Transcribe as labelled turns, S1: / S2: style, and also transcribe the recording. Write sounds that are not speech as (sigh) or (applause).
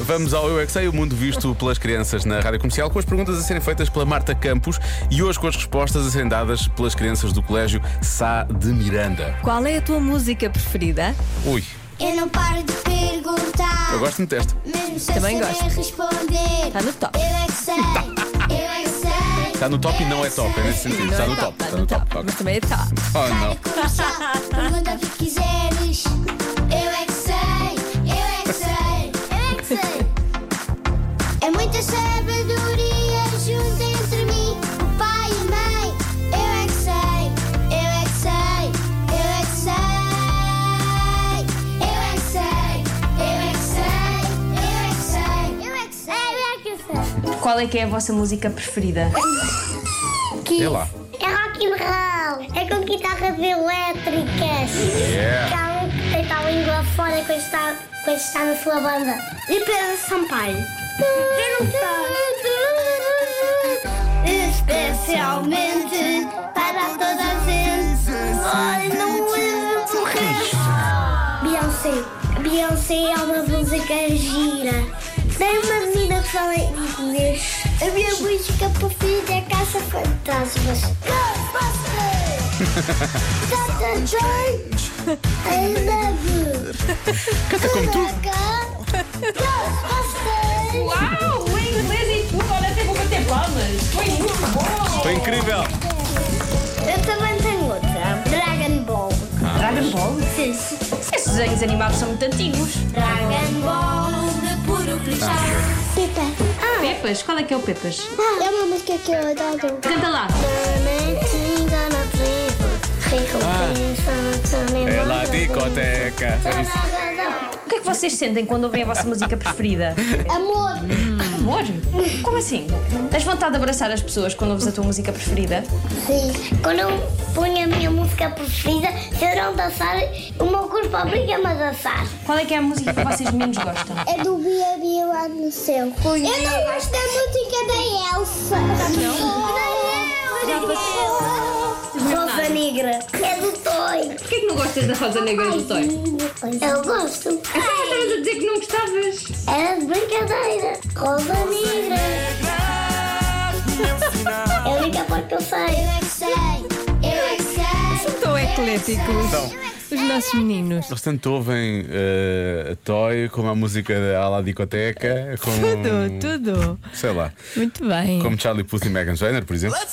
S1: Vamos ao Eu é que Sei, o mundo visto pelas crianças na rádio comercial, com as perguntas a serem feitas pela Marta Campos e hoje com as respostas a serem dadas pelas crianças do Colégio Sá de Miranda.
S2: Qual é a tua música preferida?
S1: Ui,
S3: Eu não paro de perguntar.
S1: eu gosto muito desta.
S3: Mesmo sem
S2: Também
S3: saber
S2: gosto.
S3: responder.
S2: Tá no top.
S3: Eu é que sei. Eu é que sei.
S1: Está no top e não é top, é nesse sentido. Está no top, está no top. ok.
S2: Mas também é tá top.
S1: Oh não.
S3: Para começar, pergunta o que quiseres. Eu é que sei. Eu é que sei. Eu é que sei. É muita sabedoria junta entre mim, o pai e a mãe. Eu é que sei. Eu é que sei. Eu é que sei. Eu é que sei. Eu é que sei. Eu é que sei. Eu é que sei. Eu é que sei.
S4: Qual é que é a vossa música preferida?
S1: É lá.
S3: É rock and roll. É com guitarras elétricas.
S1: Yeah.
S3: Que Há um que deita a língua fora quando está, quando está na sua banda. E Pedro Sampaio. Eu não sei. Especialmente para toda a gente. Olha, não lembro o resto. Beyoncé. Beyoncé é uma música gira. Tem uma menina que fala em inglês. A minha música preferida é Caça Fantasmas. Ghostbusters! Dr. Strange! I love you! Canta como tu! Ghostbusters!
S4: Uau! Em inglês e tudo, olha, até vou bater palmas! Foi muito bom!
S1: Foi incrível.
S3: Eu também tenho outra. Dragon Ball.
S4: Dragon Ball?
S3: Sim.
S4: Esses desenhos animados são muito antigos.
S3: Dragon Ball de puro cristal. Pita.
S4: Pepas? Qual é que é o Pepas?
S3: É uma música que eu adoro.
S4: Canta lá!
S1: É lá a
S3: Ela
S1: discoteca.
S4: O que é que vocês sentem quando ouvem a vossa música preferida?
S3: Amor,
S4: (laughs) Amor? Como assim? Tens vontade de abraçar as pessoas quando ouves a tua música preferida?
S3: sim. Quando eu ponho a minha música preferida, se eu não dançar, o meu corpo obriga-me a dançar.
S4: Qual é que é a música que vocês menos gostam?
S3: É do Bia Bia lá no céu. Eu não gosto da música da Elsa. Não? Rosa Negra. É do Toy.
S4: Porquê que não gostas da Rosa Negra do Toy?
S3: Eu gosto.
S4: Estavas a dizer que não gostavas!
S3: Era de brincadeira. Rosa negra. É a única parte que eu sei. Eu é que sei. Eu é que sei. é
S2: Tão ecléticos. Os nossos meninos.
S1: Eles tanto ouvem eh, a Toy, como a música da Ala Discoteca, como.
S2: (laughs) Tudo, tudo.
S1: Sei lá.
S2: Muito bem.
S1: Como Charlie Puth e Megan Trainor, por exemplo.